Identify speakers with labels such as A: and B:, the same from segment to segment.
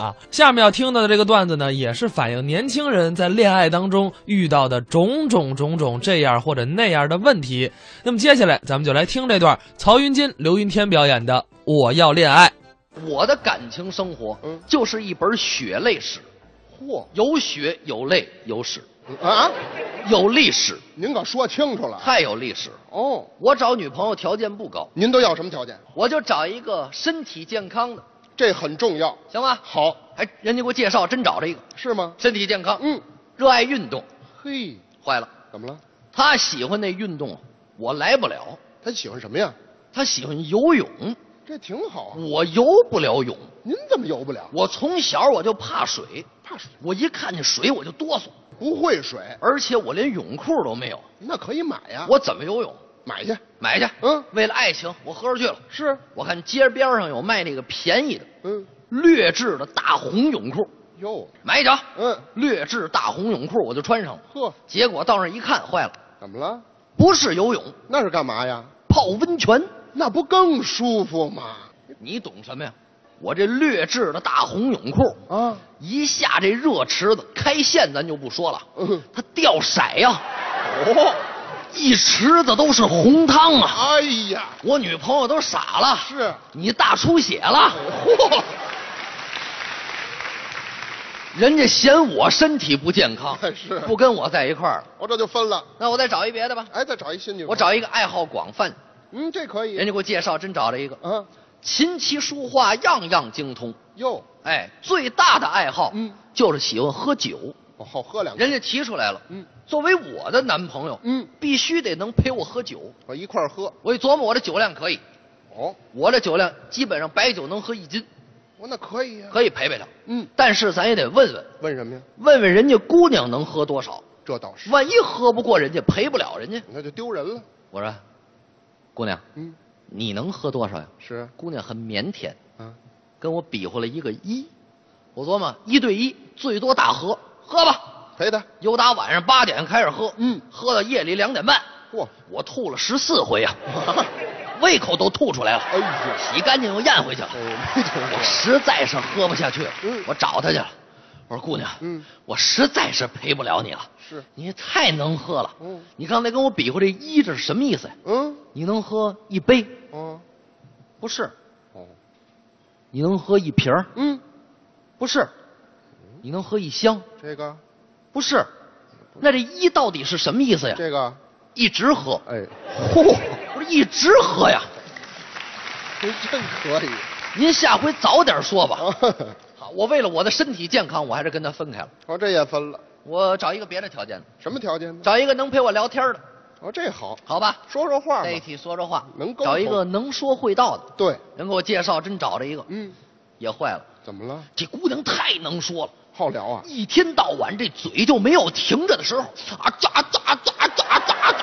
A: 啊。下面要听到的这个段子呢，也是反映年轻人在恋爱当中遇到的种种种种这样或者那样的问题。那么接下来咱们就来听这段曹云金、刘云天表演的《我要恋爱》。
B: 我的感情生活，
C: 嗯
B: 就是一本血泪史，
C: 嚯
B: 有血有泪有史，
C: 啊！
B: 有历史，
C: 您可说清楚了啊
B: 太有历史了。
C: 哦。
B: 我找女朋友条件不高，
C: 您都要什么条件？
B: 我就找一个身体健康的，
C: 这很重要。
B: 行吧？
C: 好，
B: 哎，人家给我介绍，真找着一个
C: 是吗？
B: 身体健康，
C: 嗯，
B: 热爱运动。
C: 嘿，
B: 坏了，
C: 怎么了？
B: 他喜欢那运动，我来不了。
C: 他喜欢什么呀？
B: 他喜欢游泳，
C: 这挺好啊。
B: 我游不了泳。
C: 您怎么游不了？
B: 我从小我就怕水，
C: 怕水，
B: 我一看见水我就哆嗦，
C: 不会水，
B: 而且我连泳裤都没有，
C: 那可以买呀。
B: 我怎么游泳？
C: 啊买去。
B: 买去。
C: 嗯
B: 为了爱情，我喝着去了。
C: 是，
B: 我看街边上有卖那个便宜的
C: 嗯，
B: 劣质的大红泳裤，
C: 哟，
B: 买一条。
C: 嗯，
B: 劣质大红泳裤我就穿上了。
C: 呵，
B: 结果到那儿一看，坏了，
C: 怎么了？
B: 不是游泳，
C: 那是干嘛呀？
B: 泡温泉。
C: 那不更舒服吗？
B: 你懂什么呀？我这劣质的大红泳裤，
C: 啊，
B: 一下这热池子开线，咱就不说了，
C: 嗯
B: 它掉色呀、
C: 哦，
B: 一池子都是红汤啊！
C: 哎呀，
B: 我女朋友都傻了，
C: 是哦
B: 你大出血了，
C: 嚯，
B: 人家嫌我身体不健康，
C: 是
B: 不跟我在一块儿了。
C: 我这就分了。
B: 那我再找一别的吧，
C: 哎，再找一新女朋友。
B: 我找一个爱好广泛，
C: 嗯，这可以。
B: 人家给我介绍，真找了一个，
C: 啊，
B: 琴棋书画样样精通。
C: 哟，
B: 哎，最大的爱好，
C: 嗯，
B: 就是喜欢喝酒。
C: 我好喝两口。
B: 人家提出来了，
C: 嗯，
B: 作为我的男朋友，
C: 嗯，
B: 必须得能陪我喝酒。
C: 我一块儿喝。
B: 我一琢磨，我这酒量可以，
C: 哦，
B: 我这酒量基本上白酒能喝一斤，
C: 我那可以呀、
B: 可以陪陪他。
C: 嗯，
B: 但是咱也得问问，
C: 问什么呀？
B: 问问人家姑娘能喝多少，
C: 这倒是，
B: 万一喝不过人家，陪不了人家。
C: 那就丢人了。
B: 我说，姑娘，
C: 嗯，
B: 你能喝多少呀？
C: 是
B: 姑娘很腼腆，
C: 啊，
B: 跟我比划了一个一。我琢磨一对一，最多大喝，喝吧。
C: 陪他。
B: 由打晚上八点开始喝，
C: 嗯
B: 喝到夜里两点半，
C: 嚯，
B: 我吐了十四回呀、胃口都吐出来了，
C: 哎呀，
B: 洗干净又咽回去了。
C: 哎没听
B: 我
C: 过。
B: 实在是喝不下去了，
C: 嗯
B: 我找他去了。我说姑娘，
C: 嗯
B: 我实在是陪不了你了，
C: 是，
B: 你太能喝了。
C: 嗯
B: 你刚才跟我比划这一，这是什么意思呀？
C: 嗯，
B: 你能喝一杯？
C: 哦，
B: 不是。
C: 哦，
B: 你能喝一瓶儿？
C: 嗯，
B: 不是。你能喝一箱？
C: 这个，
B: 不是。那这一到底是什么意哎思呀？
C: 这个，
B: 一直喝。
C: 哎，
B: 嚯，不是一直喝呀？
C: 这 真可以。
B: 您下回早点说吧。
C: 啊，呵呵
B: 好，我为了我的身体健康，我还是跟他分开了。
C: 哦，这也分了。
B: 我找一个别的条件的，
C: 什么条件呢？
B: 找一个能陪我聊天的，
C: 哦，这好，
B: 好吧？
C: 说说话
B: 在一
C: 嘛。
B: 起说说话，
C: 能沟通
B: 找一个能说会道的。
C: 对，
B: 人给我介绍，真找着一个，
C: 嗯，
B: 也坏了。
C: 怎么了？
B: 这姑娘太能说了，
C: 好聊啊？
B: 一天到晚这嘴就没有停着的时候，啊喳喳喳喳喳喳，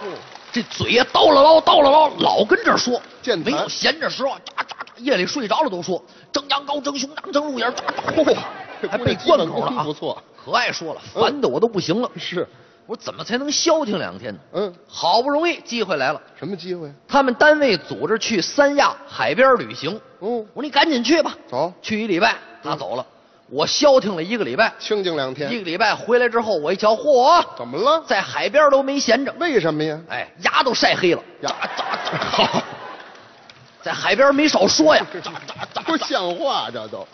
C: 哦，
B: 这嘴呀叨唠唠叨唠唠，老跟这儿说，
C: 健
B: 没
C: 谈
B: 有闲着时候，喳喳喳，夜里睡着了都说蒸羊羔、蒸熊掌、蒸鹿眼儿，喳喳
C: 嚯
B: 喳，
C: 哦这
B: 还
C: 姑娘
B: 被
C: 基
B: 灌
C: 本
B: 口了
C: 功
B: 啊，
C: 不错，
B: 可爱说了，
C: 嗯
B: 烦的我都不行了。
C: 是，
B: 我怎么才能消停两天呢？
C: 嗯，
B: 好不容易机会来了，
C: 什么机会？
B: 他们单位组织去三亚海边旅行，
C: 嗯
B: 我，说你赶紧去吧，
C: 走，
B: 去一礼拜，他走了，我消停了一个礼拜，
C: 清静两
B: 一
C: 天。
B: 个礼拜回来之后，我一瞧，嚯，
C: 怎么了？
B: 在海边都没闲着，
C: 为什么呀？
B: 哎，牙都晒黑了，
C: 呀
B: 咋咋咋， 在海边没少说呀，咋咋咋
C: 不像话，这都。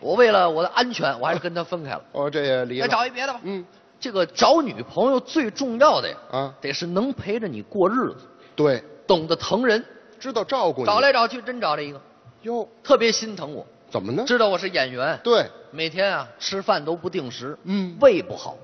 B: 我为了我的安全，我还是跟他分开了，
C: 哦，这也离
B: 再
C: 了。
B: 哎找一别的吧。
C: 嗯
B: 这个找女朋友最重要的呀，
C: 啊，
B: 得是能陪着你过日子，
C: 对，
B: 懂得疼人。
C: 知道照顾你。
B: 找来找去，真找了一个，
C: 哟，
B: 特别心疼我，
C: 怎么呢？
B: 知道我是演员，
C: 对，
B: 每天啊吃饭都不定时，
C: 嗯
B: 胃不好，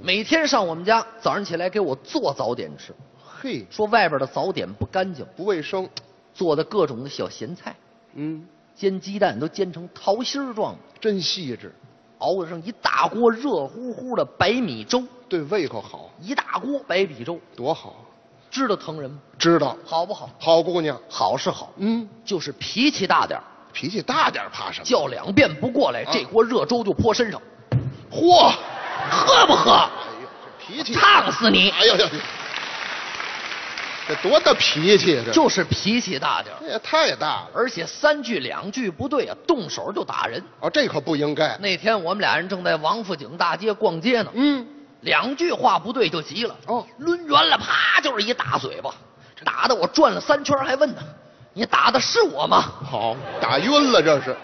B: 每天上我们家，早上起来给我做早点吃，
C: 嘿，
B: 说外边的早点不干净，
C: 不卫生。
B: 做的各种的小咸菜，
C: 嗯，
B: 煎鸡蛋都煎成桃心儿状，
C: 真细致，
B: 熬上一大锅热乎乎的白米粥，
C: 对胃口好，
B: 一大锅白米粥，
C: 多好。
B: 知道疼人吗？
C: 知道，
B: 好不好？
C: 好姑娘。
B: 好是好，
C: 嗯，
B: 就是脾气大点儿
C: 脾气大点儿怕什么？
B: 叫两遍不过来，
C: 啊
B: 这锅热粥就泼身上。嚯，喝不喝？
C: 哎呦，这脾气。
B: 烫死你！
C: 哎呦呦呦，这多大脾气啊这
B: 就是脾气大点儿
C: 这也太大了。
B: 而且三句两句不对啊，动手就打人。
C: 哦，这可不应该。
B: 那天我们俩人正在王府井大街逛街呢，
C: 嗯，
B: 两句话不对就急了，
C: 哦
B: 抡圆了，啪就是一大嘴巴，打的我转了三圈，还问他：“你打的是我吗
C: 好，打晕了这是。？”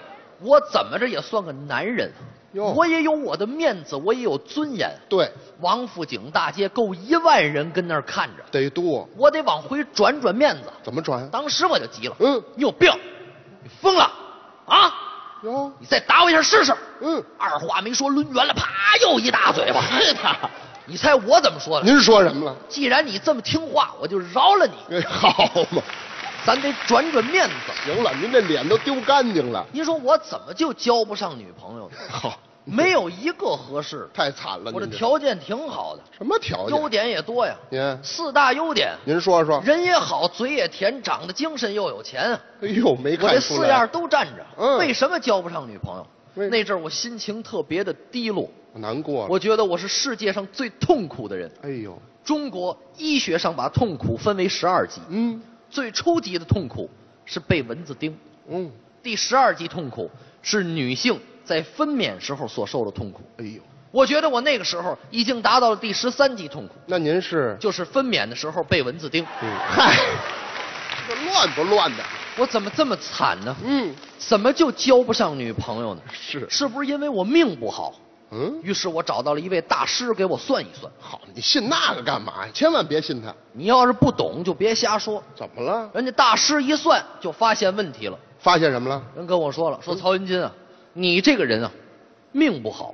B: 我怎么着也算个男人，啊
C: 哟
B: 我也有我的面子，我也有尊严。
C: 对，
B: 王府井大街够一万人跟那儿看着，
C: 得剁，
B: 我得往回转转面子。
C: 怎么转？啊
B: 当时我就急了，
C: 嗯
B: 你有病，你疯了啊！
C: 哟，
B: 你再打我一下试试。
C: 嗯，
B: 二话没说，抡圆了，啪，又一大嘴巴。
C: 他，
B: 你猜我怎么说的？
C: 哎您说什么了？
B: 既然你这么听话，我就饶了你。
C: 哎，好嘛，
B: 咱得转转面子。
C: 行了，您这脸都丢干净了。
B: 您说我怎么就交不上女朋友呢？
C: 好，
B: 没有一个合适的。
C: 嗯太惨了。
B: 我这
C: 您
B: 条件挺好的，
C: 什么条件？嗯
B: 优点也多呀。
C: 您
B: 四大优点：
C: 您说说。
B: 人也好，嘴也甜，长得精神又有钱啊。
C: 哎呦，没
B: 我这
C: 看出来。
B: 四样都占着，
C: 嗯
B: 为什么交不上女朋友？
C: 为嗯
B: 那阵儿我心情特别的低落，
C: 难过了。
B: 我觉得我是世界上最痛苦的人。
C: 哎呦，
B: 中国医学上把痛苦分为十二级，
C: 嗯
B: 最初级的痛苦是被蚊子叮，
C: 嗯，
B: 第十二级痛苦是女性在分娩时候所受的痛苦。
C: 哎呦，
B: 我觉得我那个时候已经达到了第十三级痛苦，
C: 那您是
B: 就是分娩的时候被蚊子叮。
C: 嗯嗨，这乱不乱的？
B: 我怎么这么惨呢？
C: 嗯，
B: 怎么就交不上女朋友呢？
C: 是
B: 是不是因为我命不好？
C: 嗯，
B: 于是我找到了一位大师给我算一算。
C: 好，你信那个干嘛呀？千万别信他。
B: 你要是不懂就别瞎说，
C: 怎么了？
B: 人家大师一算就发现问题了。
C: 发现什么了？
B: 人跟我
C: 嗯
B: 说了，说曹云金啊，你这个人啊，命不好，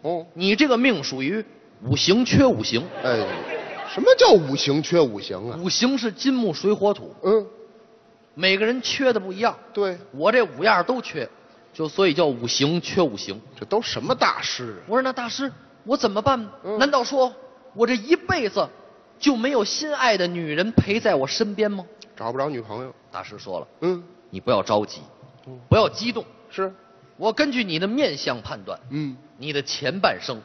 C: 哦，
B: 你这个命属于五行缺五行，
C: 哎，什么叫五行缺五行啊？
B: 五行是金木水火土，
C: 嗯，
B: 每个人缺的不一样。
C: 对，
B: 我这五样都缺，就所以叫五行缺五行。
C: 这都什么大师啊？
B: 我说那大师，我怎么办呢？
C: 嗯
B: 难道说我这一辈子就没有心爱的女人陪在我身边吗？
C: 找不着女朋友？
B: 大师说了，
C: 嗯，
B: 你不要着急
C: 嗯，
B: 不要激动，
C: 是，
B: 我根据你的面相判断，
C: 嗯，
B: 你的前半生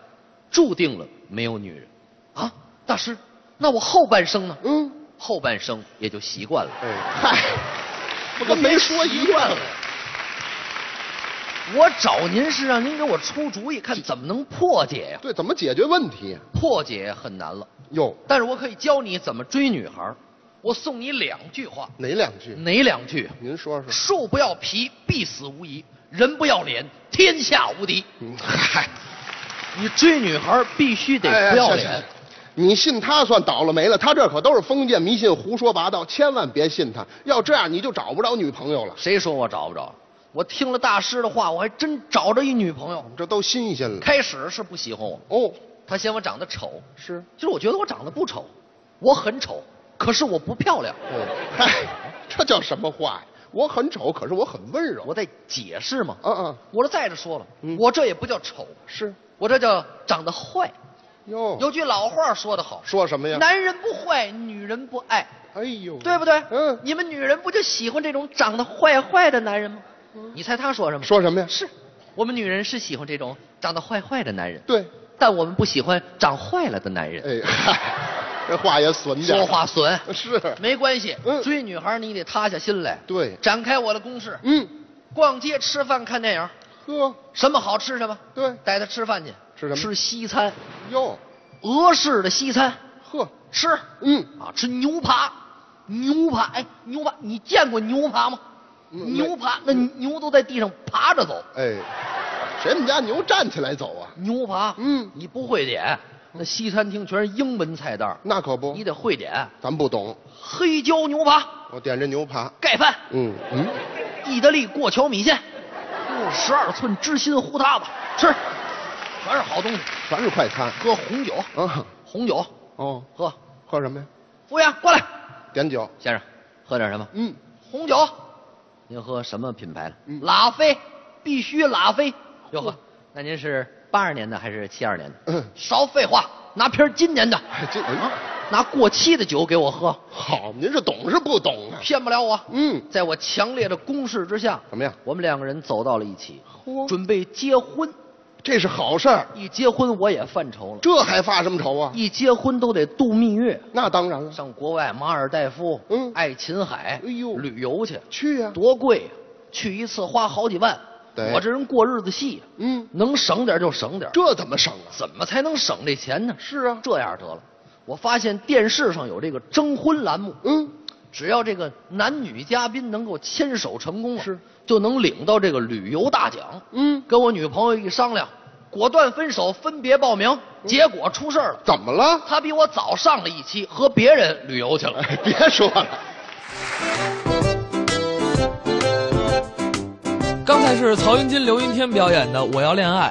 B: 注定了没有女人。啊，大师，那我后半生呢？
C: 嗯，
B: 后半生也就习惯了。
C: 哎， 嗨，不跟没说一样
B: 了。我找您是让您给我出主意，看怎么能破解呀、
C: 对，怎么解决问题呀？
B: 破解很难了，
C: 哟，
B: 但是我可以教你怎么追女孩儿。我送你两句话，
C: 哪两句？
B: 哪两句？啊
C: 您说说。
B: 树不要皮，必死无疑；人不要脸，天下无敌。
C: 嗯嗨。
B: 你追女孩儿必须得
C: 哎
B: 不要
C: 哎
B: 脸。
C: 是是你信他算倒了霉了，他这可都是封建迷信、胡说八道，千万别信他。要这样你就找不着女朋友了，
B: 谁说我找不着？我听了大师的话，我还真找着一女朋友。
C: 这都新鲜了。
B: 开始是不喜欢我，
C: 哦，
B: 她嫌我长得丑，
C: 是，
B: 其实我觉得我长得不丑，我很丑，可是我不漂亮。
C: 嗯，嗨，这叫什么话呀？我很丑，可是我很温柔。
B: 我在解释嘛。
C: 嗯嗯，
B: 我说再者说了，
C: 嗯
B: 我这也不叫丑，
C: 是，
B: 我这叫长得坏。
C: 哟，
B: 有句老话说得好，
C: 哦说什么呀？
B: 男人不坏，女人不爱，
C: 哎呦，
B: 对不对？
C: 嗯
B: 你们女人不就喜欢这种长得坏坏的男人吗？你猜嗯他说什么？
C: 说什么呀？
B: 是我们女人是喜欢这种长得坏坏的男人，
C: 对，
B: 但我们不喜欢长坏了的男人。
C: 哎嗨，这话也损点儿。
B: 说话损，
C: 是，
B: 没关系，
C: 嗯
B: 追女孩你得塌下心来。
C: 对，
B: 展开我的攻势，
C: 嗯，
B: 逛街、吃饭、看电影，
C: 呵，
B: 什么好吃什么，
C: 对，
B: 带她吃饭去。
C: 吃什么
B: 吃西餐，
C: 哟，
B: 俄式的西餐，
C: 呵，
B: 吃
C: 嗯，
B: 啊，吃牛扒，牛扒，哎，牛扒，你见过牛扒吗？
C: 嗯
B: 牛扒，那牛都在地上爬着走。
C: 哎，谁们家牛站起来走啊？
B: 牛扒，
C: 嗯
B: 你不会点，那西餐厅全是英文菜单儿，
C: 那可不，
B: 你得会点
C: 咱不懂，
B: 黑椒牛扒、
C: 我点这牛扒。
B: 盖饭、
C: 嗯嗯，
B: 意大利过桥米线，十二寸芝心糊塌子，吃，全是好东西。
C: 全是快餐。
B: 喝红酒，
C: 啊
B: 红酒
C: 哦，
B: 喝。
C: 喝什么呀？
B: 服务员过来，
C: 点酒。
B: 先生，喝点什么？
C: 嗯，
B: 红酒。您喝什么品牌的？
C: 嗯
B: 拉菲，必须拉菲。哟呵，那您是八二年的还是七二年的？
C: 嗯
B: 少废话，拿瓶儿今年的，
C: 哎这嗯
B: 拿过期的酒给我喝，
C: 好，您是懂是不懂啊？
B: 骗不了我。
C: 嗯，
B: 在我强烈的攻势之下，
C: 怎么样？
B: 我们两个人走到了一起，
C: 嚯
B: 准备结婚。
C: 这是好事儿，
B: 一结婚我也犯愁了，
C: 这还发什么愁啊？
B: 一结婚都得度蜜月，
C: 那当然了，
B: 上国外马尔代夫、
C: 嗯
B: 爱琴海，
C: 哎呦
B: 旅游去，
C: 去呀、
B: 多贵呀、啊去一次花好几万。
C: 对
B: 我这人过日子细，
C: 嗯，
B: 能省点就省点。
C: 这怎么省啊？
B: 怎么才能省这钱呢？
C: 是啊
B: 这样得了，我发现电视上有这个征婚栏目，
C: 嗯，
B: 只要这个男女嘉宾能够牵手成功啊，
C: 是
B: 就能领到这个旅游大奖。
C: 嗯
B: 跟我女朋友一商量，果断分手，分别报名。
C: 嗯
B: 结果出事儿了，
C: 怎么了？
B: 她比我早上了一期，和别人旅游去了。
C: 哎，别说了，
A: 刚才是曹云金、刘云天表演的《我要恋爱》。